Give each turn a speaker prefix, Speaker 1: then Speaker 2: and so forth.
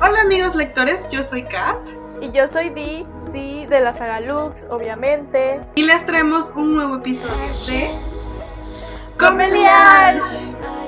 Speaker 1: Hola amigos lectores, yo soy Kat.
Speaker 2: Y yo soy Di, Di de la saga Lux, obviamente.
Speaker 1: Y les traemos un nuevo episodio de...
Speaker 2: ¡Comeliage!